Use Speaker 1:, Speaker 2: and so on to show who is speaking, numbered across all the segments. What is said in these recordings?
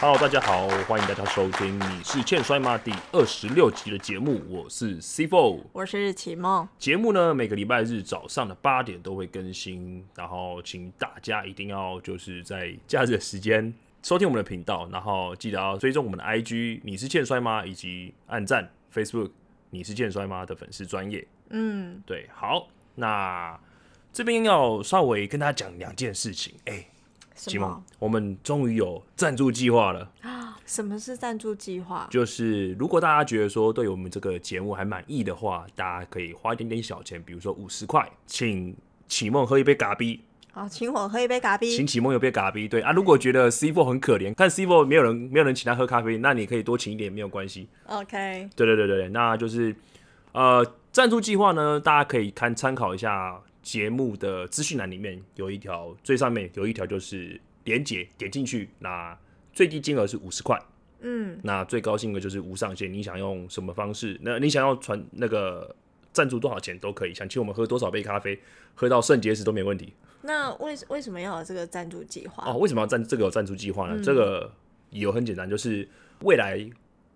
Speaker 1: Hello，大家好，欢迎大家收听《你是欠摔吗》第二十六集的节目，我是 C Four。
Speaker 2: 我是启梦，
Speaker 1: 节目呢，每个礼拜日早上的八点都会更新，然后请大家一定要就是在假日的时间收听我们的频道，然后记得要追踪我们的 IG，你是欠摔吗？以及按赞 Facebook，你是欠摔吗的粉丝专业。
Speaker 2: 嗯，
Speaker 1: 对，好，那这边要稍微跟大家讲两件事情。哎、
Speaker 2: 什
Speaker 1: 吉蒙
Speaker 2: 么？，
Speaker 1: 我们终于有赞助计划了。
Speaker 2: 什么是赞助计划？
Speaker 1: 就是如果大家觉得说对我们这个节目还满意的话，大家可以花一点点小钱，比如说五十块，请启梦喝一杯咖啡，
Speaker 2: 哦，请我喝一杯咖
Speaker 1: 请
Speaker 2: 啡。
Speaker 1: 启梦有杯咖啡。对啊，如果觉得 C Four 很可怜，看 C Four 没有人没有人请他喝咖啡，那你可以多请一点没有关系。
Speaker 2: OK，
Speaker 1: 对对对对对，那就是呃赞助计划呢，大家可以看参考一下节目的资讯栏里面有一条，最上面有一条就是连接，点进去，那最低金额是五十块。
Speaker 2: 嗯，
Speaker 1: 那最高金额就是无上限，你想用什么方式？那你想要传那个赞助多少钱都可以，想请我们喝多少杯咖啡，喝到肾结石都没问题。
Speaker 2: 那为为什么要有这个赞助计划？
Speaker 1: 哦，为什么要赞这个有赞助计划呢？
Speaker 2: 嗯
Speaker 1: 这个理由很简单，就是未来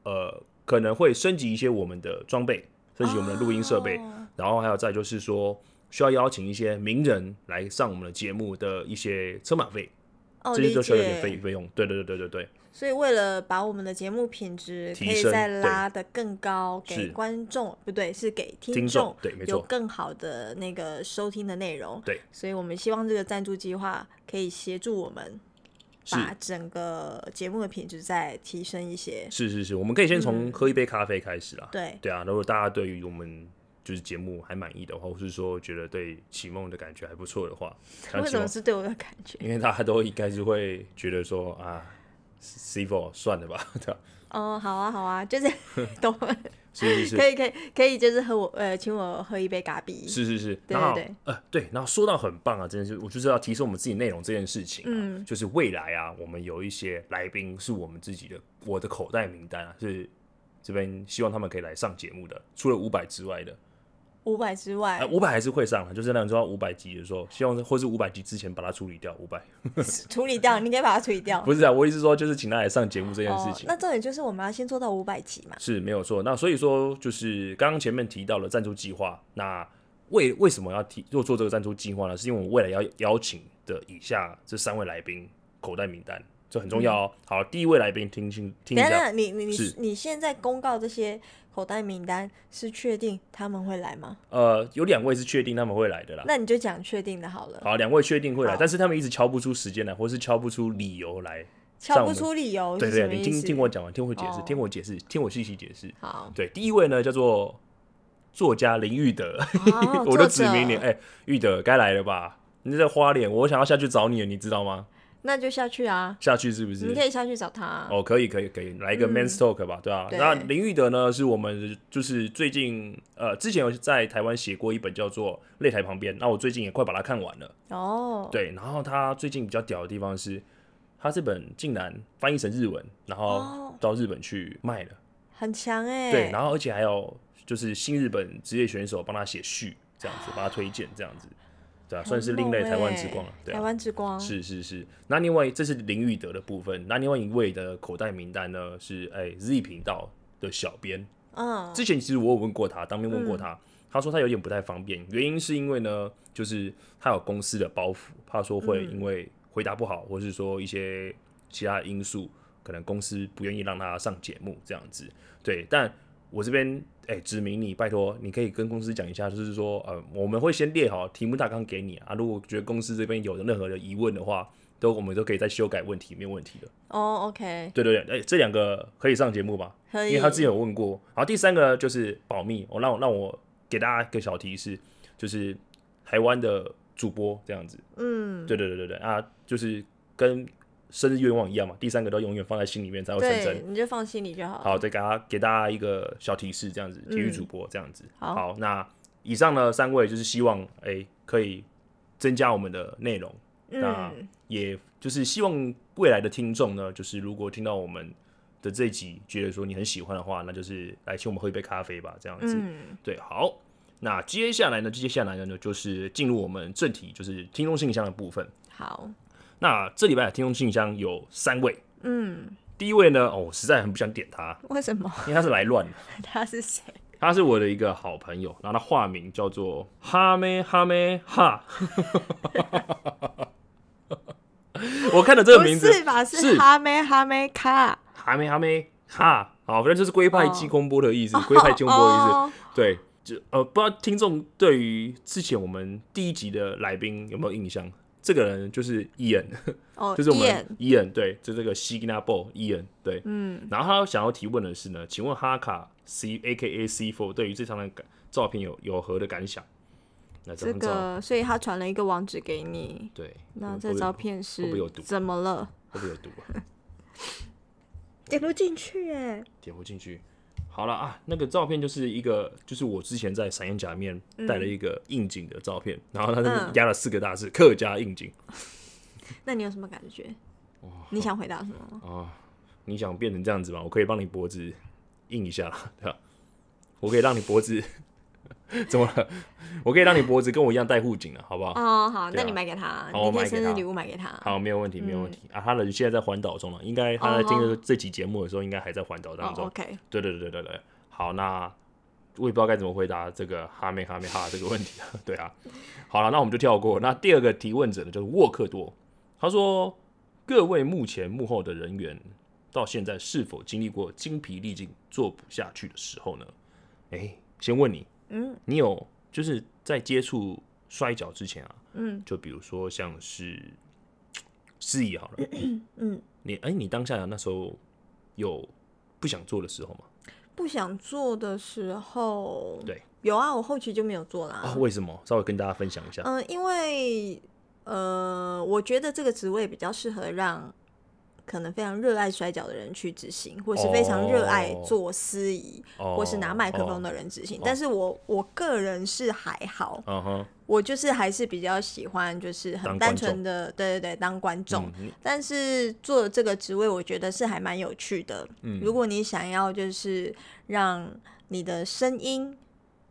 Speaker 1: 呃可能会升级一些我们的装备，升级我们的录音设备，
Speaker 2: 哦
Speaker 1: 然后还有再就是说需要邀请一些名人来上我们的节目的一些车马费，
Speaker 2: 哦，
Speaker 1: 这些就需要有点
Speaker 2: 理
Speaker 1: 费
Speaker 2: 解。
Speaker 1: 费用。对对对对对对，
Speaker 2: 所以为了把我们的节目品质可
Speaker 1: 提
Speaker 2: 以
Speaker 1: 升
Speaker 2: 再拉得更高，
Speaker 1: 对
Speaker 2: 给
Speaker 1: 是
Speaker 2: 观众不对，是给
Speaker 1: 听
Speaker 2: 听
Speaker 1: 众对没错
Speaker 2: 有更好的那个收听的内容。
Speaker 1: 对，
Speaker 2: 所以我们希望这个赞助计划可以协助我们
Speaker 1: 是
Speaker 2: 把整个节目的品质再提升一些。
Speaker 1: 是是是，我们可以先
Speaker 2: 嗯
Speaker 1: 从喝一杯咖啡开始啦。
Speaker 2: 对，
Speaker 1: 对啊，如果大家对于我们就是节目还满意的话，或是说觉得对启梦的感觉还不错的话，像
Speaker 2: 为
Speaker 1: 启
Speaker 2: 什
Speaker 1: 梦
Speaker 2: 么，是对我的感觉？
Speaker 1: 因为大家都应该是会觉得说啊 c i v o 算了吧，对吧、
Speaker 2: 哦，好啊，好啊，就是 懂，
Speaker 1: 是是
Speaker 2: 可
Speaker 1: 是。
Speaker 2: 以，可以，可以，就是喝我，呃，请我喝一杯咖啡。
Speaker 1: 是是是，
Speaker 2: 对
Speaker 1: 然后
Speaker 2: 对对
Speaker 1: 呃对，然后说到很棒啊，真的是，我就是要提升我们自己内容这件事情、啊，
Speaker 2: 嗯
Speaker 1: 就是未来啊，我们有一些来宾是我们自己的我的口袋名单啊，是这边希望他们可以来上节目的，除了五百之外的，
Speaker 2: 五百之外
Speaker 1: 哎，，五百还是会上的，就是那种说五百集的时候，希望是或是五百集之前把它处理掉。五百
Speaker 2: 处理 掉，你可以把它处理掉。
Speaker 1: 不是啊，我意思是说就是请他来上节目这件事
Speaker 2: 哦，
Speaker 1: 情、
Speaker 2: 那重点就是我们要先做到五百集嘛。
Speaker 1: 是没有错。那所以说就是刚刚前面提到了赞助计划，那为为什么要提做做这个赞助计划呢？是因为我们未来要邀请的以下这三位来宾口袋名单，这很重要哦。好，第一位来宾听清听
Speaker 2: 等
Speaker 1: 一
Speaker 2: 一嗯下，等一
Speaker 1: 下，
Speaker 2: 下你你你
Speaker 1: 是
Speaker 2: 你现在公告这些口袋名单是确定他们会来吗？
Speaker 1: 呃，有两位是确定他们会来的啦。
Speaker 2: 那你就讲确定的好了，
Speaker 1: 啊好，两位确定会来，
Speaker 2: 好
Speaker 1: 但是他们一直敲不出时间来，或是敲不出理由来。
Speaker 2: 敲不出理由
Speaker 1: 对
Speaker 2: 哦是
Speaker 1: 对，
Speaker 2: 什么
Speaker 1: 你
Speaker 2: 意
Speaker 1: 听
Speaker 2: 思？
Speaker 1: 听我讲完，听我解释，
Speaker 2: 哦
Speaker 1: 听我解释，听我细细解释。，
Speaker 2: 好
Speaker 1: 对，第一位呢叫做作家林玉德，
Speaker 2: 哦
Speaker 1: 我
Speaker 2: 作
Speaker 1: 就指明你，
Speaker 2: 者
Speaker 1: 哎、玉德该来了吧？你在花莲，我想要下去找你了，你知道吗？
Speaker 2: 那就下去啊，
Speaker 1: 下去是不
Speaker 2: 你
Speaker 1: 是
Speaker 2: 可？以下去找他。
Speaker 1: 哦，可以，可以，可以，来一个
Speaker 2: 嗯
Speaker 1: man's talk 吧，对吧、
Speaker 2: 对
Speaker 1: 那林玉德呢，是我们就是最近呃，之前有在台湾写过一本叫做《擂台旁边》，那我最近也快把它看完了。
Speaker 2: 哦，
Speaker 1: 对，然后他最近比较屌的地方是，他这本竟然翻译成日文，然后
Speaker 2: 哦
Speaker 1: 到日本去卖了。
Speaker 2: 很强哎。
Speaker 1: 对，然后而且还有就是新日本职业选手帮他写序，这样子帮他推荐，这样子，对啊，算是另类台湾之光了，对
Speaker 2: 欸台
Speaker 1: 啊，
Speaker 2: 湾之光
Speaker 1: 是是是。那另外这是林玉德的部分，那另外一位的口袋名单呢是哎 Z 频道的小编，
Speaker 2: 嗯，
Speaker 1: 之前其实我有问过他，当面问过他，他说他有点不太方便，原因是因为呢，就是他有公司的包袱，怕说会因为回答不好，或是说一些其他因素，可能公司不愿意让他上节目这样子。对，但我这边哎、指明你，拜托，你可以跟公司讲一下，就是说，呃，我们会先列好题目大纲给你啊，如果觉得公司这边有任何的疑问的话。都我们都可以再修改问题，没有问题的。
Speaker 2: 哦，OK，
Speaker 1: 对对对，哎、这两个可以上节目吧？
Speaker 2: 可以。
Speaker 1: 因为他之前有问过。然后第三个呢就是保密，我让我让我给大家一个小提示，就是台湾的主播这样子。
Speaker 2: 嗯，
Speaker 1: 对对对对对啊，就是跟生日愿望一样嘛，第三个都永远放在心里面才会成
Speaker 2: 对
Speaker 1: 哦真，。
Speaker 2: 你就放心里就好了。
Speaker 1: 好，再给大家给大家一个小提示，这样子，体育主播这样子。
Speaker 2: 嗯好
Speaker 1: 那以上呢三位就是希望哎、可以增加我们的内容，那
Speaker 2: 嗯，
Speaker 1: 也就是希望未来的听众呢，就是如果听到我们的这一集，觉得说你很喜欢的话，那就是来请我们喝一杯咖啡吧，这样子。
Speaker 2: 嗯，
Speaker 1: 对，好。那接下来呢？接下来呢，就是进入我们正题，就是听众信箱的部分。
Speaker 2: 好，
Speaker 1: 那这礼拜的听众信箱有三位，
Speaker 2: 嗯，
Speaker 1: 第一位呢，哦，我实在很不想点他，
Speaker 2: 为什么
Speaker 1: 因为他是来乱的。
Speaker 2: 他是谁？
Speaker 1: 他是我的一个好朋友，然后他化名叫做哈妹哈妹哈。我看了这个名字
Speaker 2: 不是吧？
Speaker 1: 是
Speaker 2: 是哈梅哈梅卡，
Speaker 1: 哈妹哈妹哈，好，反正就是龟派
Speaker 2: 哦
Speaker 1: 鸡公波的意思，龟派鸡公波的意思。
Speaker 2: 哦
Speaker 1: 对，就呃，不知道听众对于之前我们第一集的来宾有没有印象？这个人就是伊 恩，
Speaker 2: 哦，
Speaker 1: 就是我
Speaker 2: 燕
Speaker 1: 们伊恩，对，就这个西吉纳波伊恩，对。
Speaker 2: 嗯，
Speaker 1: 然后他想要提问的是呢，请问哈卡 C A K A C Four 对于这张的感照片有有何的感想？那这
Speaker 2: 这
Speaker 1: 张照
Speaker 2: 个，所以他传了一个网址给你。
Speaker 1: 对，
Speaker 2: 那
Speaker 1: 会
Speaker 2: 这
Speaker 1: 会
Speaker 2: 照片是
Speaker 1: 会不会有毒
Speaker 2: 怎么了？
Speaker 1: 会不会有毒啊？
Speaker 2: 点不进去哎，
Speaker 1: 点不进去。好了啊，那个照片就是一个，就是我之前在闪焰甲面带了一个应景的照片，然后他
Speaker 2: 嗯
Speaker 1: 是压了四个大字“客家应景
Speaker 2: 那你有什么感觉？你想回答什么吗？”
Speaker 1: 啊。你想变成这样子吗？我可以帮你脖子印一下 啦，对吧？我可以让你脖子 怎么了？我可以让你脖子跟我一样戴护颈了，好不好？
Speaker 2: 哦，好，
Speaker 1: 对啊
Speaker 2: 那你买给他，
Speaker 1: 好我
Speaker 2: 你可
Speaker 1: 买给
Speaker 2: 以生日
Speaker 1: 他
Speaker 2: 礼物买给他。
Speaker 1: 好，没有问题，没有问题、
Speaker 2: 嗯
Speaker 1: 啊。他人现在在环岛中了，应该他在听这这期节目的时候，应该还在环岛
Speaker 2: 哦
Speaker 1: 当中。
Speaker 2: ，OK，
Speaker 1: 对对对对对，好，那我也不知道该怎么回答这个哈妹哈妹哈这个问题了。对啊，好了，那我们就跳过。那第二个提问者呢，就是沃克多，他说：“各位目前幕后的人员到现在是否经历过精疲力尽、做不下去的时候呢？”哎、先问你，
Speaker 2: 嗯
Speaker 1: 你有就是在接触摔跤之前啊，
Speaker 2: 嗯
Speaker 1: 就比如说像是失忆好了，
Speaker 2: 嗯，
Speaker 1: 你哎、你当下那时候有不想做的时候吗？
Speaker 2: 不想做的时候，
Speaker 1: 对，
Speaker 2: 有啊，我后期就没有做啦。
Speaker 1: 啊，为什么？稍微跟大家分享一下。
Speaker 2: 嗯，因为呃，我觉得这个职位比较适合让可能非常热爱摔跤的人去执行，或是非常热爱
Speaker 1: 哦
Speaker 2: 做司仪、
Speaker 1: 哦，
Speaker 2: 或是拿麦克风
Speaker 1: 的，
Speaker 2: 的人执行。但是我我个人是还好，
Speaker 1: 嗯哼，
Speaker 2: 我就是还是比较喜欢就是
Speaker 1: 当
Speaker 2: 很单
Speaker 1: 观众
Speaker 2: 纯的，对对对，当观众。
Speaker 1: 嗯
Speaker 2: 但是做这个职位，我觉得是还蛮有趣的。
Speaker 1: 嗯
Speaker 2: 如果你想要就是让你的声音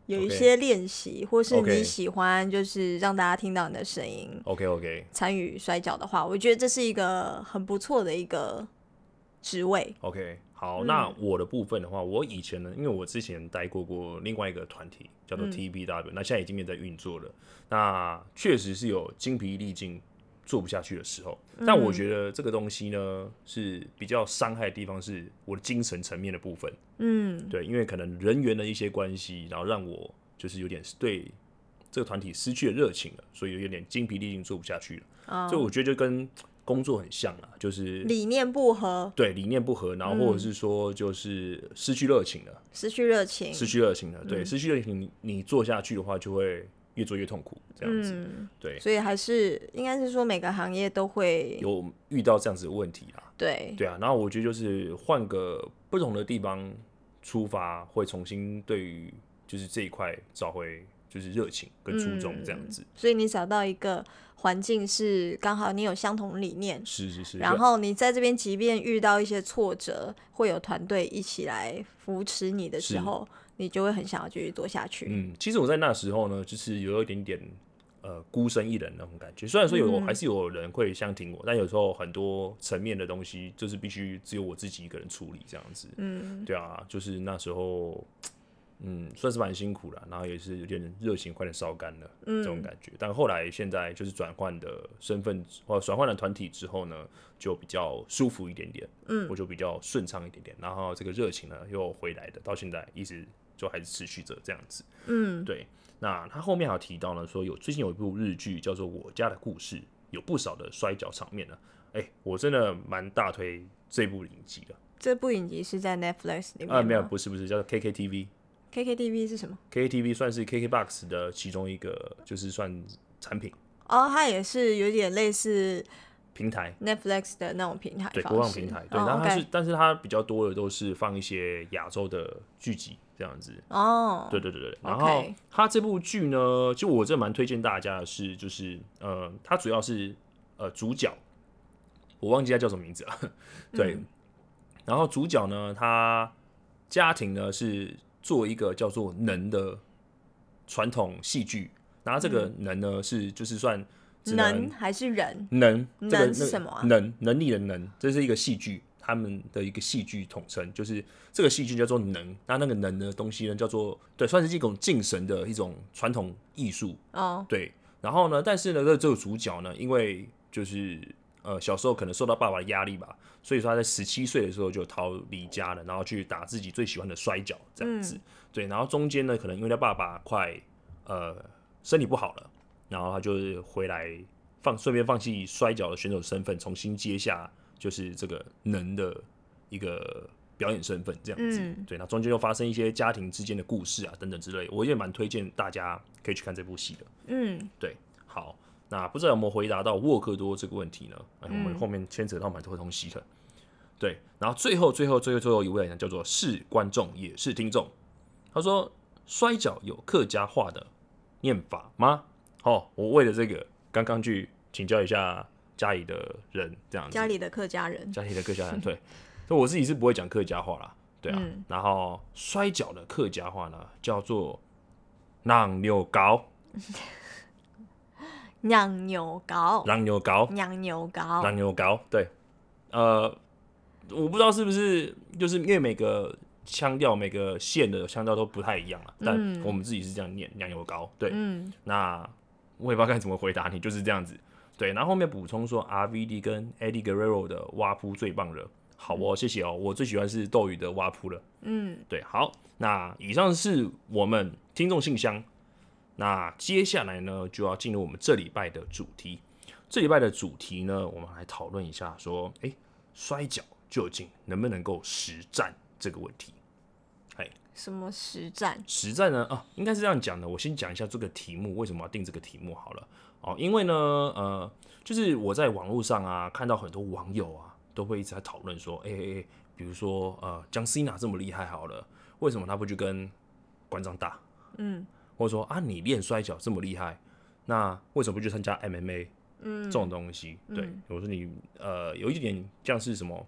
Speaker 2: 有一
Speaker 1: OK
Speaker 2: 些练习或是
Speaker 1: OK
Speaker 2: 你喜欢就是让大家听到你的声音，
Speaker 1: ，OK OK
Speaker 2: 参与摔跤的话，我觉得这是一个很不错的一个职位。
Speaker 1: OK，好，
Speaker 2: 嗯
Speaker 1: 那我的部分的话，我以前呢，因为我之前待过过另外一个团体叫做
Speaker 2: 嗯
Speaker 1: TBW，、那现在已经没有在运作了，那确实是有精疲力尽。做不下去的时候，
Speaker 2: 嗯
Speaker 1: 但我觉得这个东西呢是比较伤害的地方，是我的精神层面的部分。
Speaker 2: 嗯
Speaker 1: 对，因为可能人员的一些关系，然后让我就是有点对这个团体失去了热情了，所以有点精疲力尽，做不下去了。
Speaker 2: 啊，
Speaker 1: 所以我觉得就跟工作很像啊，就是
Speaker 2: 理念不合，
Speaker 1: 对理念不合，然后或者是说就是失去热情了，
Speaker 2: 失去热情，
Speaker 1: 失去热情了，
Speaker 2: 嗯
Speaker 1: 对，失去热情，你你做下去的话就会越做越痛苦，这样子，
Speaker 2: 嗯，
Speaker 1: 对，
Speaker 2: 所以还是应该是说每个行业都会
Speaker 1: 有遇到这样子的问题啦，
Speaker 2: 对
Speaker 1: 对啊，然后我觉得就是换个不同的地方出发，会重新对于就是这一块找回就是热情跟初衷这样子。
Speaker 2: 所以你找到一个环境是刚好你有相同理念，
Speaker 1: 是是是，
Speaker 2: 然后你在这边即便遇到一些挫折，会有团队一起来扶持你的时
Speaker 1: 是
Speaker 2: 候，你就会很想要继续做下去。
Speaker 1: 嗯，其实我在那时候呢，就是有一点点呃孤身一人那种感觉。虽然说有、
Speaker 2: 嗯
Speaker 1: 还是有人会相挺我，但有时候很多层面的东西就是必须只有我自己一个人处理这样子。
Speaker 2: 嗯
Speaker 1: 对啊，就是那时候，嗯，算是蛮辛苦了，然后也是有点热情快点烧干了、这
Speaker 2: 嗯
Speaker 1: 种感觉。但后来现在就是转换的身份或转换了团体之后呢，就比较舒服一点点，
Speaker 2: 嗯
Speaker 1: 我就比较顺畅一点点。然后这个热情呢又回来的，到现在一直就还是持续着这样子。
Speaker 2: 嗯
Speaker 1: 对，那他后面还有提到呢，说有最近有一部日剧叫做《我家的故事》，有不少的摔跤场面呢。哎、我真的蛮大推这部影集的。
Speaker 2: 这部影集是在 Netflix 里面
Speaker 1: 啊，没有，
Speaker 2: 吗
Speaker 1: 不是不是，叫 KKTV。
Speaker 2: KKTV 是什么？
Speaker 1: KKTV 算是 KKBOX 的其中一个，就是算产品
Speaker 2: 哦，它也是有点类似
Speaker 1: 平台，
Speaker 2: Netflix 的那种平台方
Speaker 1: 对，
Speaker 2: 式，
Speaker 1: 播放平台。对，
Speaker 2: 哦
Speaker 1: 然后它
Speaker 2: OK
Speaker 1: 是，但是它比较多的都是放一些亚洲的剧集这样子。
Speaker 2: 哦，
Speaker 1: 对对对对，然
Speaker 2: OK
Speaker 1: 后它这部剧呢，就我这蛮推荐大家的是，就是呃，它主要是呃主角，我忘记他叫什么名字了， 对，
Speaker 2: 嗯
Speaker 1: 然后主角呢，他家庭呢是做一个叫做能的传统戏剧，然后这个能呢、是就是算只
Speaker 2: 嗯能还是人？
Speaker 1: 能这个
Speaker 2: 能是
Speaker 1: 那个
Speaker 2: 什么啊
Speaker 1: 能能力的能，这是一个戏剧，他们的一个戏剧统称，就是这个戏剧叫做能，那那个能的东西呢叫做对，算是一种敬神的一种传统艺术，
Speaker 2: 哦，
Speaker 1: 对。然后呢，但是呢，这这个主角呢，因为就是呃小时候可能受到爸爸的压力吧，所以说他在十七岁的时候就逃离家了，然后去打自己最喜欢的摔跤这样子，对。然后中间呢，可能因为他爸爸快呃身体不好了，然后他就是回来放顺便放弃摔跤的选手身份，重新接下就是这个能的一个表演身份这样子。
Speaker 2: 嗯
Speaker 1: 对，那中间又发生一些家庭之间的故事啊等等之类，我也蛮推荐大家可以去看这部戏的。
Speaker 2: 嗯，
Speaker 1: 对，好，那不知道有没有回答到沃克多这个问题呢？哎，我们
Speaker 2: 嗯
Speaker 1: 后面牵扯到蛮多东西的。对，然后最后最后最后最后一位呢，叫做是观众也是听众，他说摔跤有客家话的念法吗？哦，我为了这个刚刚去请教一下家里的人，这样子
Speaker 2: 家里的客家人，
Speaker 1: 家里的客家人，对，所以我自己是不会讲客家话啦，对啊。
Speaker 2: 嗯
Speaker 1: 然后摔跤的客家话呢，叫做浪牛高，
Speaker 2: 酿牛羔，
Speaker 1: 浪牛高，
Speaker 2: 酿牛羔，
Speaker 1: 蓝牛膏，对，呃，我不知道是不是就是因为每个腔调、每个县的腔调都不太一样了，但
Speaker 2: 嗯
Speaker 1: 我们自己是这样念“酿油膏”，对，
Speaker 2: 嗯
Speaker 1: 那我也不知道该怎么回答你，就是这样子，对，然后后面补充说 RVD 跟 Eddie Guerrero 的挖扑最棒了，好哦，谢谢哦，我最喜欢是斗鱼的挖扑了。
Speaker 2: 嗯，
Speaker 1: 对，好，那以上是我们听众信箱。那接下来呢，就要进入我们这礼拜的主题。这礼拜的主题呢，我们来讨论一下，说，诶，摔跤究竟能不能够实战这个问题？
Speaker 2: 什么实战？
Speaker 1: 实战呢啊，应该是这样讲的。我先讲一下这个题目为什么要定这个题目好了哦，因为呢，呃，就是我在网络上啊看到很多网友啊都会一直在讨论说，哎、哎、哎比如说呃，江西娜这么厉害好了，为什么他不去跟馆长打？
Speaker 2: 嗯
Speaker 1: 或者说啊，你练摔跤这么厉害，那为什么不去参加 MMA
Speaker 2: 嗯
Speaker 1: 这种东西？对
Speaker 2: 嗯，
Speaker 1: 我说你呃，有一点像是什么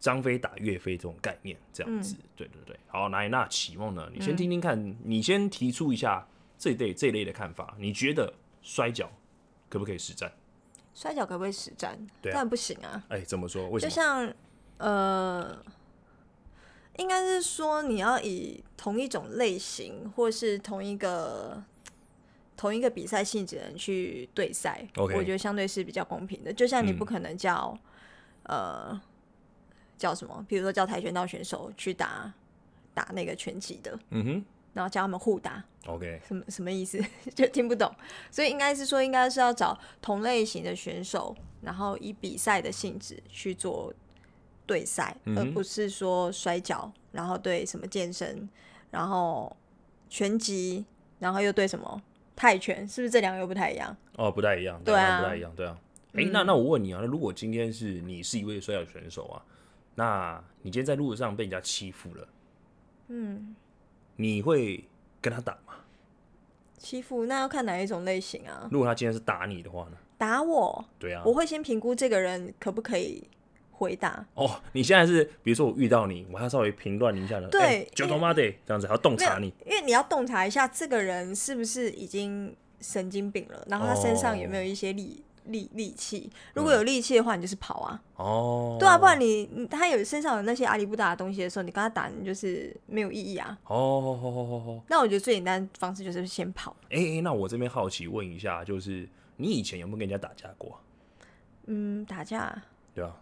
Speaker 1: 张飞打岳飞这种概念，这样
Speaker 2: 嗯
Speaker 1: 子。对对对。好，莱纳启梦呢？你先听听看，你先提出一下这一类这一类的看法，你觉得摔跤可不可以实战？
Speaker 2: 摔跤可不可以实战？
Speaker 1: 对啊
Speaker 2: 当然不行啊，
Speaker 1: 哎、怎么说？为什
Speaker 2: 就
Speaker 1: 么？
Speaker 2: 像呃，应该是说你要以同一种类型或是同一个。同一个比赛性质的人去对赛
Speaker 1: OK
Speaker 2: 我觉得相对是比较公平的。就像你
Speaker 1: 嗯
Speaker 2: 不可能叫、呃叫什么，比如说叫跆拳道选手去打打那个拳击的，
Speaker 1: 嗯
Speaker 2: 然后叫他们互打，
Speaker 1: 哼，OK，
Speaker 2: 什么什么意思？ 就听不懂。所以应该是说，应该是要找同类型的选手，然后以比赛的性质去做对赛，
Speaker 1: 嗯哼
Speaker 2: 而不是说摔跤，然后对什么健身，然后拳击，然后又对什么泰拳，是不是这两个又不太一样？
Speaker 1: 哦，不太一样，
Speaker 2: 对啊嗯
Speaker 1: 不太一样，对啊。哎、那那我问你啊，那如果今天是你是一位摔跤选手啊，那你今天在路上被人家欺负了，
Speaker 2: 嗯，
Speaker 1: 你会跟他打吗？
Speaker 2: 欺负那要看哪一种类型啊？
Speaker 1: 如果他今天是打你的话呢？
Speaker 2: 打我，
Speaker 1: 对啊
Speaker 2: 我，会先评估这个人可不可以回答。
Speaker 1: 哦，你现在是比如说我遇到你，我还要稍微评断你一下呢。
Speaker 2: 对
Speaker 1: 哎九
Speaker 2: 因为
Speaker 1: 头妈的这样子，还要洞察你。
Speaker 2: 因为你要洞察一下这个人是不是已经神经病了，然后他身上有没有一些力、力力气。如果有力气的话，你就是跑啊，
Speaker 1: 嗯哦，
Speaker 2: 对啊，不然你你他有身上有那些阿里不达的东西的时候，你跟他打，你就是没有意义啊。
Speaker 1: 哦，哦哦哦哦，
Speaker 2: 那我觉得最简单的方式就是先跑。
Speaker 1: 哎、哎那我这边好奇问一下，就是你以前有没有跟人家打架过啊？
Speaker 2: 嗯，打架
Speaker 1: 对啊，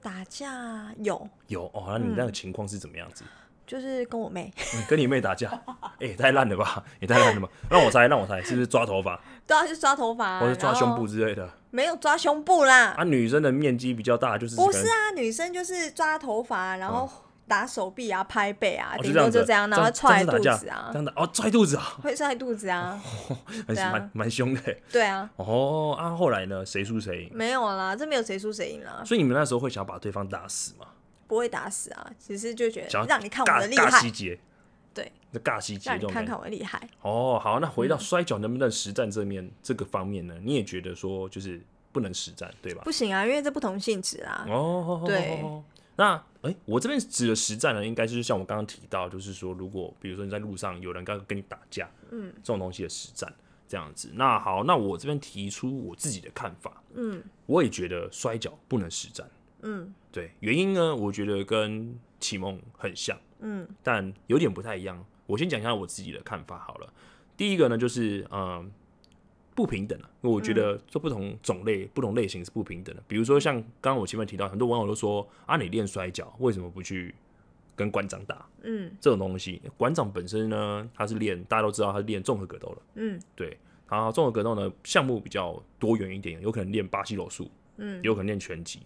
Speaker 2: 打架有，
Speaker 1: 有哦，那你那
Speaker 2: 嗯
Speaker 1: 个情况是怎么样子？
Speaker 2: 就是跟我妹，
Speaker 1: 你跟你妹打架，哎、也太烂了吧，也太烂了吧？ 让我猜，让我猜，是不是抓头发，
Speaker 2: 对啊，就抓头发、啊，
Speaker 1: 或是抓
Speaker 2: 然后
Speaker 1: 胸部，之类的？
Speaker 2: 没有抓胸部啦，
Speaker 1: 啊，女生的面积比较大，就是
Speaker 2: 不
Speaker 1: 可能
Speaker 2: 是啊，女生就是抓头发，然后打手臂啊、拍背啊，
Speaker 1: 哦，
Speaker 2: 顶
Speaker 1: 就
Speaker 2: 多
Speaker 1: 样
Speaker 2: 就
Speaker 1: 子，
Speaker 2: 这样，然
Speaker 1: 这
Speaker 2: 后
Speaker 1: 样
Speaker 2: 踹
Speaker 1: 子打
Speaker 2: 肚
Speaker 1: 架
Speaker 2: 子啊
Speaker 1: 这，样的哦，踹肚子啊，
Speaker 2: 会晒肚子啊，
Speaker 1: 哦还是
Speaker 2: 对啊
Speaker 1: 蛮 蛮凶的欸。
Speaker 2: 对啊，
Speaker 1: 哦啊，后来呢？谁输谁赢？
Speaker 2: 没有啦，这没有谁输谁赢啦，
Speaker 1: 所以你们那时候会想把对方打死吗？
Speaker 2: 不会打死啊，只是就觉
Speaker 1: 想
Speaker 2: 得
Speaker 1: 要
Speaker 2: 让你看我的
Speaker 1: 尬
Speaker 2: 厉
Speaker 1: 尬
Speaker 2: 害
Speaker 1: 西，节，
Speaker 2: 对，
Speaker 1: 那尬西节
Speaker 2: 让
Speaker 1: 这
Speaker 2: 你
Speaker 1: 种感
Speaker 2: 看看嗯
Speaker 1: 觉。
Speaker 2: 我的厉害。
Speaker 1: 哦，好，那回到摔跤能不能实战这面这个方面呢？你也觉得说就是不能实战，对吧？
Speaker 2: 不行啊，因为这不同性质啊。
Speaker 1: 哦，
Speaker 2: 对。
Speaker 1: 那哎、诶我这边指的实战呢，应该就是像我刚刚提到，就是说，如果比如说你在路上有人刚跟你打架，
Speaker 2: 嗯，
Speaker 1: 这种东西的实战这样子。那好，那我这边提出我自己的看法，嗯，我也觉得摔跤不能实战，
Speaker 2: 嗯
Speaker 1: 对，原因呢，我觉得跟启蒙很像，
Speaker 2: 嗯
Speaker 1: 但有点不太一样。我先讲一下我自己的看法好了。第一个呢，就是嗯、呃不平等啊，因为我觉得做不同种类、不同类型是不平等的。比如说像刚刚我前面提到，很多网友都说啊，你练摔跤为什么不去跟馆长打
Speaker 2: 嗯
Speaker 1: 这种东西？馆长本身呢，他是练大家都知道他是练综合格斗的，
Speaker 2: 嗯
Speaker 1: 对。然后综合格斗呢项目比较多元一点，有可能练巴西柔术，
Speaker 2: 嗯
Speaker 1: 有可能练拳击，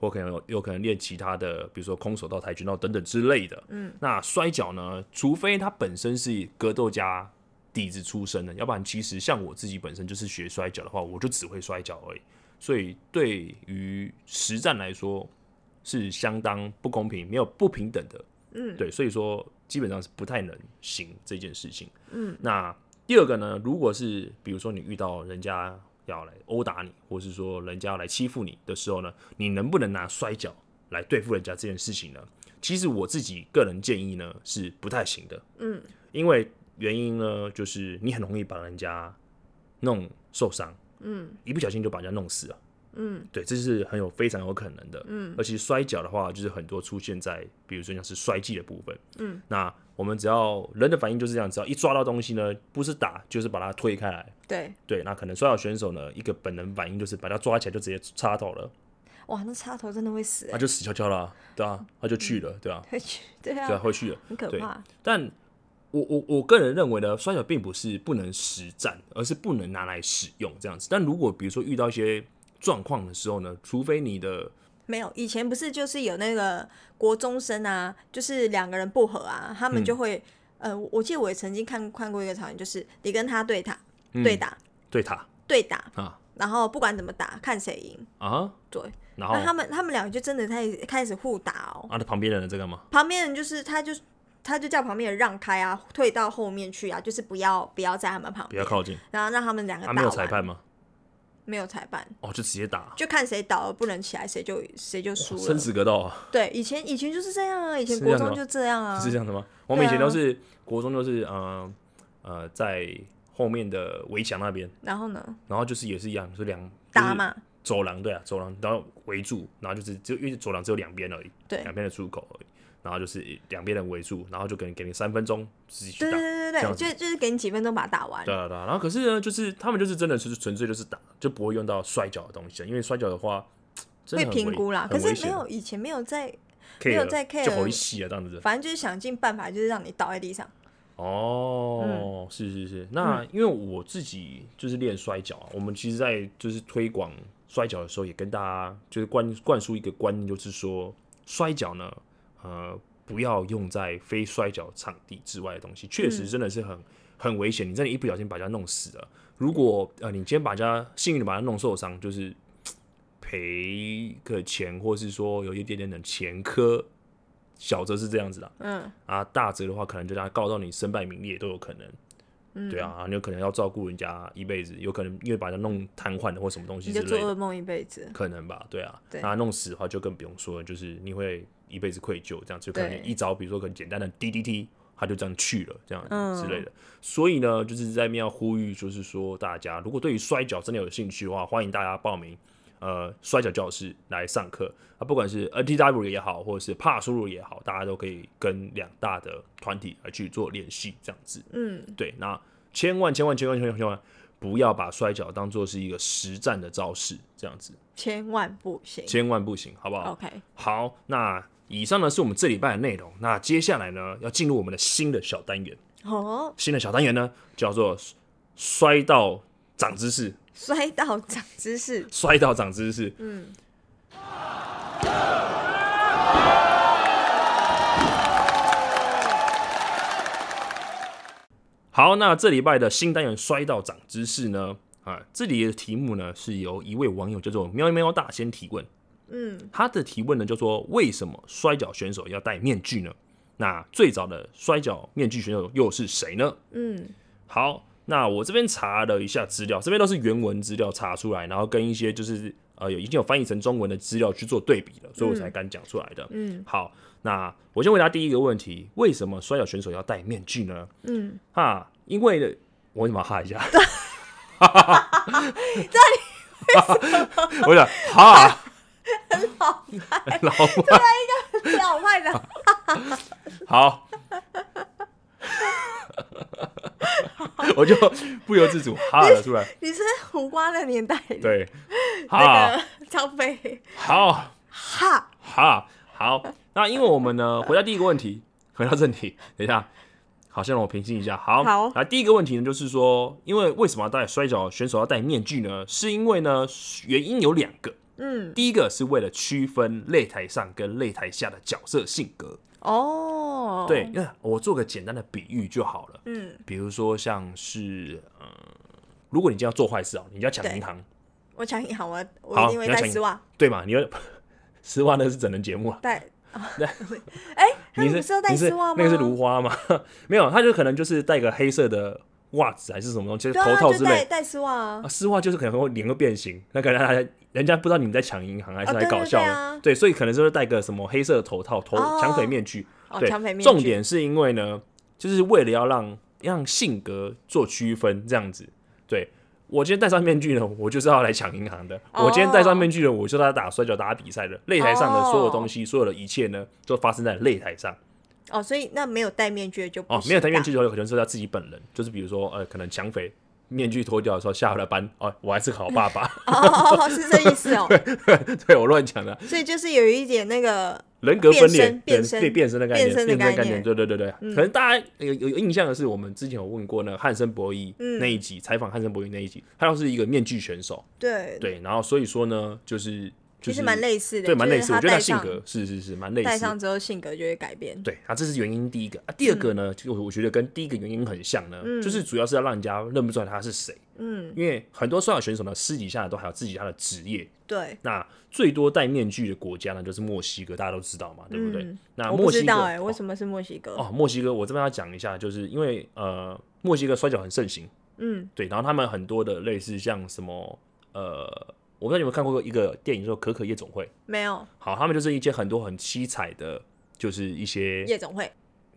Speaker 1: 或可能有有可能练其他的，比如说空手道、跆拳道等等之类的。
Speaker 2: 嗯，
Speaker 1: 那摔跤呢，除非他本身是格斗家底子出身的，要不然其实像我自己本身就是学摔跤的话，我就只会摔跤而已。所以对于实战来说是相当不公平，没有不平等的。
Speaker 2: 嗯，
Speaker 1: 对，所以说基本上是不太能行这件事情。
Speaker 2: 嗯，
Speaker 1: 那第二个呢，如果是比如说你遇到人家要来殴打你，或是说人家要来欺负你的时候呢，你能不能拿摔跤来对付人家这件事情呢？其实我自己个人建议呢是不太行的，
Speaker 2: 嗯，
Speaker 1: 因为原因呢就是你很容易把人家弄受伤，
Speaker 2: 嗯
Speaker 1: 一不小心就把人家弄死了。
Speaker 2: 嗯
Speaker 1: 对，这是很有非常有可能的。
Speaker 2: 嗯，
Speaker 1: 而且摔跤的话，就是很多出现在，比如说像是摔技的部分。
Speaker 2: 嗯，
Speaker 1: 那我们只要人的反应就是这样，只要一抓到东西呢，不是打就是把它推开来。
Speaker 2: 对，
Speaker 1: 对，那可能摔跤选手呢，一个本能反应就是把它抓起来就直接插到了，
Speaker 2: 哇，那插头真的会死、
Speaker 1: 他
Speaker 2: 欸，
Speaker 1: 就死翘翘啦、对啊，他啊就去了，对啊，
Speaker 2: 会去， 对
Speaker 1: 对啊，
Speaker 2: 啊，
Speaker 1: 会去了。
Speaker 2: 很嗯可
Speaker 1: 对
Speaker 2: 怕，
Speaker 1: 但我我我个人认为呢，摔跤并不是不能实战，而是不能拿来使用这样子。但如果比如说遇到一些状况的时候呢，除非你的
Speaker 2: 没有，以前不是就是有那个国中生啊，就是两个人不和啊，他
Speaker 1: 嗯
Speaker 2: 们就会，呃，我我记得我也曾经看看过一个场景，就是你跟他对打，对打，
Speaker 1: 对塔
Speaker 2: 对打，
Speaker 1: 嗯啊
Speaker 2: 然后不管怎么打，看谁赢，
Speaker 1: 啊，
Speaker 2: 对，
Speaker 1: 然后
Speaker 2: 那他们他们两个就真的开始开始互打哦，
Speaker 1: 啊，那旁边的人在干嘛？
Speaker 2: 旁边人就是他就他就叫旁边人让开啊，退到后面去啊，就是不要不要在他们旁
Speaker 1: 比较
Speaker 2: 边，
Speaker 1: 靠近。
Speaker 2: 然后让他们两个
Speaker 1: 他、
Speaker 2: 打
Speaker 1: 啊没有
Speaker 2: 完
Speaker 1: 裁，判吗？
Speaker 2: 没有裁判，
Speaker 1: 哦，就直接打，
Speaker 2: 就看谁倒了不能起来，谁就谁就输
Speaker 1: 生
Speaker 2: 了。
Speaker 1: 死格斗啊，
Speaker 2: 对，以前以前就是这样啊，以前
Speaker 1: 是
Speaker 2: 国
Speaker 1: 这样
Speaker 2: 中
Speaker 1: 的
Speaker 2: 就这样啊，
Speaker 1: 是这样的吗？我们以前
Speaker 2: 对啊
Speaker 1: 都是国中都是呃呃在后面的围墙那边，
Speaker 2: 然后呢，
Speaker 1: 然后就是也是一样，就是两
Speaker 2: 打，嘛，
Speaker 1: 就是走廊对啊，走廊然后围住，然后就是就因为走廊只有两边而已，
Speaker 2: 对
Speaker 1: 两边的出口而已，然后就是两边人围住，然后就给你给你三分钟自己去
Speaker 2: 对
Speaker 1: 打
Speaker 2: 对。对
Speaker 1: 这
Speaker 2: 对
Speaker 1: 样
Speaker 2: 对，
Speaker 1: 子
Speaker 2: 就就是给你几分钟把它打完
Speaker 1: 对，啊对啊，然后可是呢，就是他们就是真的就是纯粹就是打，就不会用到摔跤的东西，啊因为摔跤的话，真
Speaker 2: 会
Speaker 1: 的很
Speaker 2: 评
Speaker 1: 危
Speaker 2: 估啦。可
Speaker 1: 很危
Speaker 2: 是
Speaker 1: 险
Speaker 2: 没有以前没有在，
Speaker 1: care，
Speaker 2: 没有在
Speaker 1: 就
Speaker 2: care
Speaker 1: 好一戏啊这样子。
Speaker 2: 反正就是想尽办法，就是让你倒在地上。
Speaker 1: 哦，是是是，那因为我自己就是练摔跤啊，我们其实，在就是推广摔跤的时候，也跟大家就是灌灌输一个观念，就是说摔跤呢，呃，不要用在非摔跤场地之外的东西，确实真的是很、很危险，你真的一不小心把人家弄死了。如果呃，你今天把人家幸运的把他弄受伤，就是赔个钱，或是说有一点点的前科，小则是这样子的，
Speaker 2: 嗯
Speaker 1: 啊，大则的话可能就让他告到你身败名裂都有可能。
Speaker 2: 嗯
Speaker 1: 对啊，啊你有可能要照顾人家一辈子，有可能因为把人家弄瘫痪了或什么东西
Speaker 2: 你
Speaker 1: 之
Speaker 2: 就做
Speaker 1: 类的，
Speaker 2: 噩梦一辈子。
Speaker 1: 可能吧，对啊。
Speaker 2: 对
Speaker 1: 那弄死的话就更不用说了，就是你会一辈子愧疚，这样就可能
Speaker 2: 对
Speaker 1: 一招，比如说可能简单的 DDT，他就这样去了，这样
Speaker 2: 嗯
Speaker 1: 之类的。所以呢，就是在面要呼吁，就是说大家如果对于摔跤真的有兴趣的话，欢迎大家报名。呃，摔跤教室来上课啊，不管是 NTW 也好，或者是帕苏鲁也好，大家都可以跟两大的团体来去做联系，这样子。
Speaker 2: 嗯，
Speaker 1: 对，那千万千万千万千万千万不要把摔跤当做是一个实战的招式，这样子
Speaker 2: 千万不行。
Speaker 1: 千万不行，好不好？
Speaker 2: OK，
Speaker 1: 好，那以上呢是我们这礼拜的内容。那接下来呢，要进入我们的新的小单元，
Speaker 2: 哦，
Speaker 1: 新的小单元呢叫做摔到长知识，
Speaker 2: 摔到长知识。
Speaker 1: 摔到长知识。
Speaker 2: 嗯，
Speaker 1: 好，那这礼拜的新单元摔到长知识呢，啊，这里的题目呢是由一位网友叫做喵喵大仙提问。
Speaker 2: 嗯，
Speaker 1: 他的提问呢叫做为什么摔跤选手要戴面具呢？那最早的摔跤面具选手又是谁呢？
Speaker 2: 嗯，
Speaker 1: 好，那我这边查了一下资料，这边都是原文资料查出来，然后跟一些就是呃有已经有翻译成中文的资料去做对比了，所以我才敢讲出来的。
Speaker 2: 嗯，
Speaker 1: 好，那我先回答第一个问题：为什么摔跤选手要戴面具呢？
Speaker 2: 嗯，
Speaker 1: 哈，因为呢我为什么要哈一 下？ 我想哈，老外
Speaker 2: 老派的，
Speaker 1: 好， 我就不由自主哈了出来。
Speaker 2: 你是胡瓜的年代的
Speaker 1: 对，
Speaker 2: 那
Speaker 1: 哈
Speaker 2: 个张飞，
Speaker 1: 好
Speaker 2: 哈，
Speaker 1: 哈好。那因为我们呢，回到第一个问题， 回到正题，等一下。好，先让我平静一下。好，
Speaker 2: 好
Speaker 1: 那第一个问题呢，就是说，因为为什么要戴摔跤选手要戴面具呢？是因为呢，原因有两个。
Speaker 2: 嗯，
Speaker 1: 第一个是为了区分擂台上跟擂台下的角色性格。
Speaker 2: 哦，
Speaker 1: 对，，那我做个简单的比喻就好了。
Speaker 2: 嗯，
Speaker 1: 比如说像是，嗯、如果你今天要做坏事哦，你要抢银行，
Speaker 2: 我抢银行，我我
Speaker 1: 好
Speaker 2: 一定会
Speaker 1: 你要
Speaker 2: 带
Speaker 1: 抢
Speaker 2: 丝
Speaker 1: 银
Speaker 2: 袜，
Speaker 1: 对嘛？你要 丝袜那是整人节目了，啊
Speaker 2: 带，
Speaker 1: 那
Speaker 2: 哎，他
Speaker 1: 你是
Speaker 2: 们不是要带
Speaker 1: 你
Speaker 2: 丝
Speaker 1: 是
Speaker 2: 袜吗？
Speaker 1: 那个是芦花嘛？ 没有，他就可能就是戴个黑色的袜子还是什么东西，
Speaker 2: 对
Speaker 1: 头
Speaker 2: 啊，
Speaker 1: 套
Speaker 2: 就
Speaker 1: 之
Speaker 2: 带
Speaker 1: 类。
Speaker 2: 带丝袜啊
Speaker 1: 啊，，丝袜就是可能会脸会变形，那可能他人家不知道你们在抢银行还是
Speaker 2: 哦
Speaker 1: 来
Speaker 2: 对
Speaker 1: 搞
Speaker 2: 对
Speaker 1: 笑
Speaker 2: 对
Speaker 1: 的，
Speaker 2: 啊
Speaker 1: 对，所以可能就是戴个什么黑色的头套、头
Speaker 2: 哦
Speaker 1: 抢匪面具，
Speaker 2: 哦，
Speaker 1: 对，
Speaker 2: 抢匪面
Speaker 1: 重
Speaker 2: 具，
Speaker 1: 点是因为呢，就是为了要让让性格做区分，这样子。对我今天戴上面具呢，我就是要来抢银行的；
Speaker 2: 哦
Speaker 1: 我今天戴上面具呢，我就是要打摔跤、打比赛的。擂台上的所有东西、所有的一切呢，都发生在擂台上。
Speaker 2: 哦，所以那没有戴面具的就不
Speaker 1: 哦，
Speaker 2: 是
Speaker 1: 没有戴面
Speaker 2: 打
Speaker 1: 具，的时候，可能是他自己本人，就是比如说，呃，可能抢匪。面具脱掉的时候，下了班哦，我还是个好爸爸，
Speaker 2: 哦，是这意思哦，
Speaker 1: 对我乱讲的，
Speaker 2: 所以就是有一点那个
Speaker 1: 人格分裂、
Speaker 2: 变身变
Speaker 1: 人
Speaker 2: 身
Speaker 1: 对变身的概念、
Speaker 2: 变身的概
Speaker 1: 概
Speaker 2: 念嗯
Speaker 1: 对对对对。可能大家有有有印象的是，我们之前有问过那个汉森博伊
Speaker 2: 嗯
Speaker 1: 那一集，采访汉森博伊那一集，他要是一个面具选手，
Speaker 2: 对，
Speaker 1: 对，然后所以说呢，就是就
Speaker 2: 其
Speaker 1: 是
Speaker 2: 实蛮类似的，
Speaker 1: 对，蛮类似，我
Speaker 2: 就
Speaker 1: 觉得
Speaker 2: 是他
Speaker 1: 他
Speaker 2: 戴
Speaker 1: 性
Speaker 2: 上
Speaker 1: 格是是是蛮类
Speaker 2: 戴
Speaker 1: 似的
Speaker 2: 上。之后性格就会改变，
Speaker 1: 对啊，这是原因第一个啊，第二个
Speaker 2: 嗯
Speaker 1: 呢，就我觉得跟第一个原因很像呢，就是主要是要让人家认不出来他是谁，
Speaker 2: 嗯，
Speaker 1: 因为很多摔跤选手呢，私底下都还有自己家的职业，
Speaker 2: 对，
Speaker 1: 那最多戴面具的国家呢，就是墨西哥，大家都知道嘛，对不对？
Speaker 2: 嗯
Speaker 1: 那
Speaker 2: 我不
Speaker 1: 墨西
Speaker 2: 知
Speaker 1: 哥
Speaker 2: 道哎，为
Speaker 1: 哦
Speaker 2: 什么是墨西哥？
Speaker 1: 哦，墨西哥，我这边要讲一下，就是因为呃，墨西哥摔跤很盛行，
Speaker 2: 嗯，
Speaker 1: 对，然后他们很多的类似像什么呃，我不知道你有没有看过一个电影叫《可可夜总会》，
Speaker 2: 没有
Speaker 1: 好，他们就是一些很多很七彩的，就是一些
Speaker 2: 夜总会，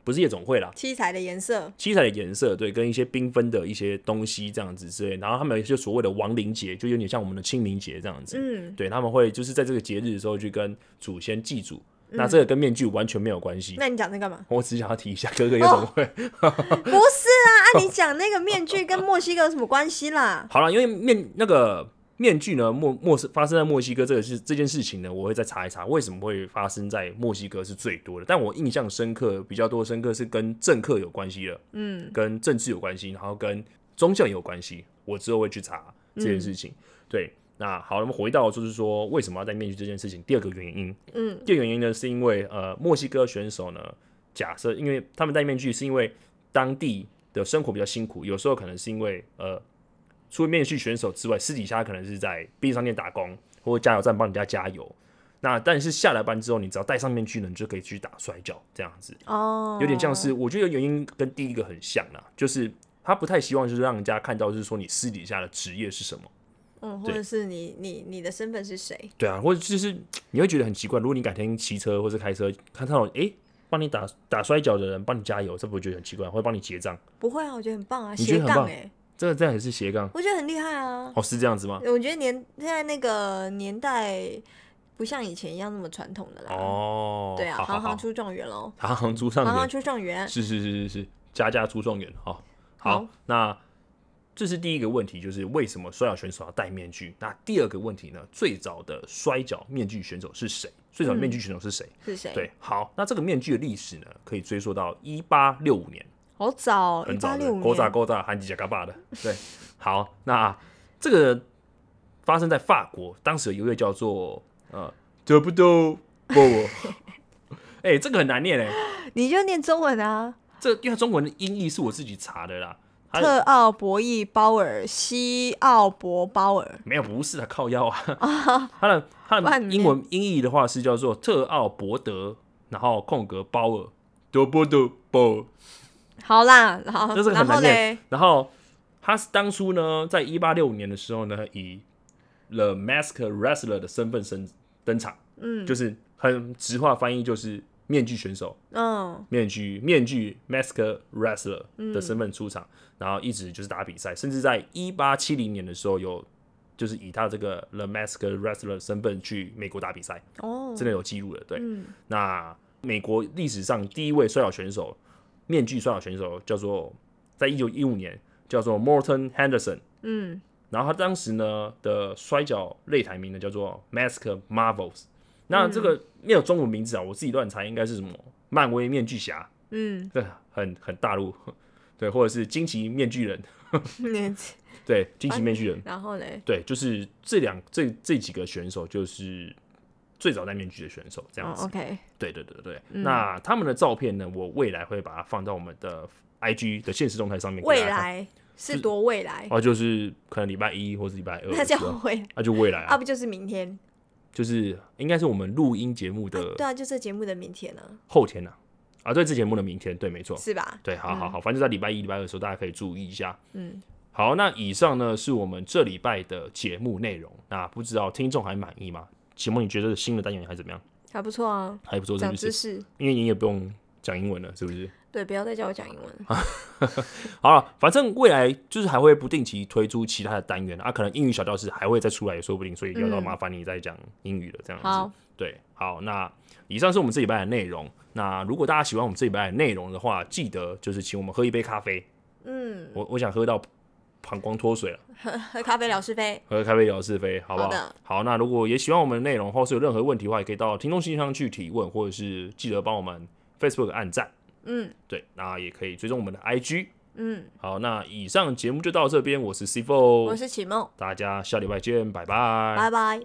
Speaker 1: 不是夜总会啦，
Speaker 2: 七彩的颜色，
Speaker 1: 七彩的颜色，对，跟一些缤纷的一些东西这样子之类，然后他们有一些所谓的亡灵节，就有点像我们的清明节这样子，
Speaker 2: 嗯，
Speaker 1: 对，他们会就是在这个节日的时候去跟祖先祭祖，那这个跟面具完全没有关系。
Speaker 2: 嗯那哦你讲这 干嘛？
Speaker 1: 我只想要提一下，哥哥夜总会。
Speaker 2: 不是啊，
Speaker 1: 哦
Speaker 2: 啊，你讲那个面具跟墨西哥有什么关系啦？
Speaker 1: 好了，因为面那个面具呢，墨墨是发生在墨西哥这个事这件事情呢，我会再查一查为什么会发生在墨西哥是最多的。但我印象深刻比较多深刻是跟政客有关系的，
Speaker 2: 嗯，
Speaker 1: 跟政治有关系，然后跟宗教有关系。我之后会去查这件事情。对，那好，那么回到就是说为什么要戴面具这件事情，第二个原因，
Speaker 2: 嗯，
Speaker 1: 第二个原因呢是因为呃，墨西哥选手呢，假设因为他们戴面具是因为当地的生活比较辛苦，有时候可能是因为呃，除了面具选手之外，私底下可能是在便利商店打工或者加油站帮人家加油。那但是下了班之后，你只要戴上面具呢，你就可以去打摔跤这样子。
Speaker 2: 哦，
Speaker 1: 有点像是，我觉得原因跟第一个很像啦，就是他不太希望就是让人家看到，就是说你私底下的职业是什么。
Speaker 2: 嗯，或
Speaker 1: 对
Speaker 2: 者是你你你的身份是谁？
Speaker 1: 对啊，或者就是你会觉得很奇怪，如果你改天骑车或是开车，看到诶帮你打打摔跤的人帮你加油，这不会觉得很奇怪？会帮你结账，
Speaker 2: 不会啊，我觉得很棒啊，
Speaker 1: 你觉
Speaker 2: 斜
Speaker 1: 得很
Speaker 2: 杠
Speaker 1: 棒
Speaker 2: 哎，
Speaker 1: 这个这样也是斜杠
Speaker 2: 我觉得很厉害啊。
Speaker 1: 哦，是这样子吗？
Speaker 2: 我觉得年现在那个年代不像以前一样那么传统的啦。
Speaker 1: 哦，
Speaker 2: 对啊，
Speaker 1: 好好
Speaker 2: 行
Speaker 1: 好
Speaker 2: 行，出状元喽，
Speaker 1: 行行出
Speaker 2: 行
Speaker 1: 状
Speaker 2: 行
Speaker 1: 元，
Speaker 2: 出状元。
Speaker 1: 是是是是是，家家出状元，好、好
Speaker 2: 好，
Speaker 1: 那这是第一个问题，就是为什么摔跤选手要戴面具？那第二个问题呢？最早的摔跤面具选手是谁？最早的面具选手是谁？
Speaker 2: 是谁？
Speaker 1: 对，好，那这个面具的历史呢，可以追溯到一八六五年，
Speaker 2: 好早，哦一
Speaker 1: 很
Speaker 2: 八
Speaker 1: 早的
Speaker 2: 六五，
Speaker 1: 勾扎
Speaker 2: 年，
Speaker 1: 勾扎韩吉加嘎巴 的。对，好，那这个发生在法国，当时有一位叫做呃德布多波沃， 哎、这个很难念哎、
Speaker 2: 你就念中文啊。
Speaker 1: 这因为它中文的音译是我自己查的啦，它
Speaker 2: 特奥博弈包尔，西奥博包尔，
Speaker 1: 没有不是的靠腰啊， 它的它
Speaker 2: 不然
Speaker 1: 的
Speaker 2: 你
Speaker 1: 英文音译的话是叫做特奥伯德，然后空格包尔，德波德波尔，
Speaker 2: 好啦，然后
Speaker 1: 这是
Speaker 2: 哦然
Speaker 1: 很
Speaker 2: 后
Speaker 1: 难念
Speaker 2: 嘞，。
Speaker 1: 然后他是当初呢，在一八六五年的时候呢，以 The Mask Wrestler 的身份登登场，
Speaker 2: 嗯
Speaker 1: 就是很直话翻译就是面具选手，
Speaker 2: 嗯，
Speaker 1: 面具面具 mask wrestler 的身份出场，然后一直就是打比赛，甚至在一八七零年的时候有就是以他这个 The Mask Wrestler 身份去美国打比赛，
Speaker 2: 哦，
Speaker 1: 真的有记录的。对，
Speaker 2: 嗯
Speaker 1: 那美国历史上第一位摔跤选手，面具摔跤选手叫做，在一九一五年叫做 Morton Henderson，
Speaker 2: 嗯
Speaker 1: 然后他当时呢的摔跤擂台名呢叫做 Mask Marvels。那这
Speaker 2: 嗯
Speaker 1: 个没有中文名字啊，我自己乱猜应该是什么漫威面具侠，
Speaker 2: 嗯，
Speaker 1: 这很很大陆，对，或者是惊奇面具人，
Speaker 2: 年
Speaker 1: 对，惊奇面具人，
Speaker 2: 然后嘞，
Speaker 1: 对，就是这两这这几个选手就是最早戴面具的选手这样
Speaker 2: 哦嗯
Speaker 1: 子。
Speaker 2: ，OK，
Speaker 1: 对对对对，那他们的照片呢，我未来会把它放到我们的 IG 的现实动态上面给大
Speaker 2: 未
Speaker 1: 家看。
Speaker 2: 来是多未来，
Speaker 1: 哦，就是可能礼拜一或是礼拜二的
Speaker 2: 那
Speaker 1: 时
Speaker 2: 叫
Speaker 1: 候，
Speaker 2: 未来，
Speaker 1: 那就未来
Speaker 2: 啊
Speaker 1: 啊，
Speaker 2: 不就是明天？
Speaker 1: 就是应该是我们录音节目
Speaker 2: 啊
Speaker 1: 的
Speaker 2: 对啊，就这节目的明天呢，
Speaker 1: 后天呐、啊，啊，对，这节目的明天，对，没错，
Speaker 2: 是嗯吧？
Speaker 1: 对，好好好，反正就在礼拜一、礼拜二的时候，大家可以注意一下。
Speaker 2: 嗯，
Speaker 1: 好，那以上呢是我们这礼拜的节目内容。那不知道听众还满意吗？请问你觉得新的单元还怎么样？
Speaker 2: 还不错啊，
Speaker 1: 还不错，是
Speaker 2: 长
Speaker 1: 不
Speaker 2: 知
Speaker 1: 是？
Speaker 2: 识。
Speaker 1: 因为你也不用讲英文了，是不是？
Speaker 2: 对，不要再叫我讲英文了。
Speaker 1: 啊好了，反正未来就是还会不定期推出其他的单元啊，可能英语小教室还会再出来也说不定，所以要到
Speaker 2: 嗯
Speaker 1: 麻烦你再讲英语了，这样子。
Speaker 2: 好，
Speaker 1: 对，好，那以上是我们这礼拜的内容。那如果大家喜欢我们这礼拜的内容的话，记得就是请我们喝一杯咖啡。
Speaker 2: 嗯，
Speaker 1: 我我想喝到膀胱脱水了，
Speaker 2: 喝咖啡聊是非。
Speaker 1: 喝咖啡聊是非，好不好？
Speaker 2: 好的
Speaker 1: 好，那如果也喜欢我们的内容或是有任何问题的话，也可以到听众信箱去提问，或者是记得帮我们 Facebook 按赞。
Speaker 2: 嗯
Speaker 1: 对，那也可以追踪我们的 IG。
Speaker 2: 嗯，
Speaker 1: 好，那以上节目就到这边，我是 C
Speaker 2: 我
Speaker 1: Four，
Speaker 2: 是启梦，
Speaker 1: 哦大家下礼拜见，拜拜。
Speaker 2: 拜拜。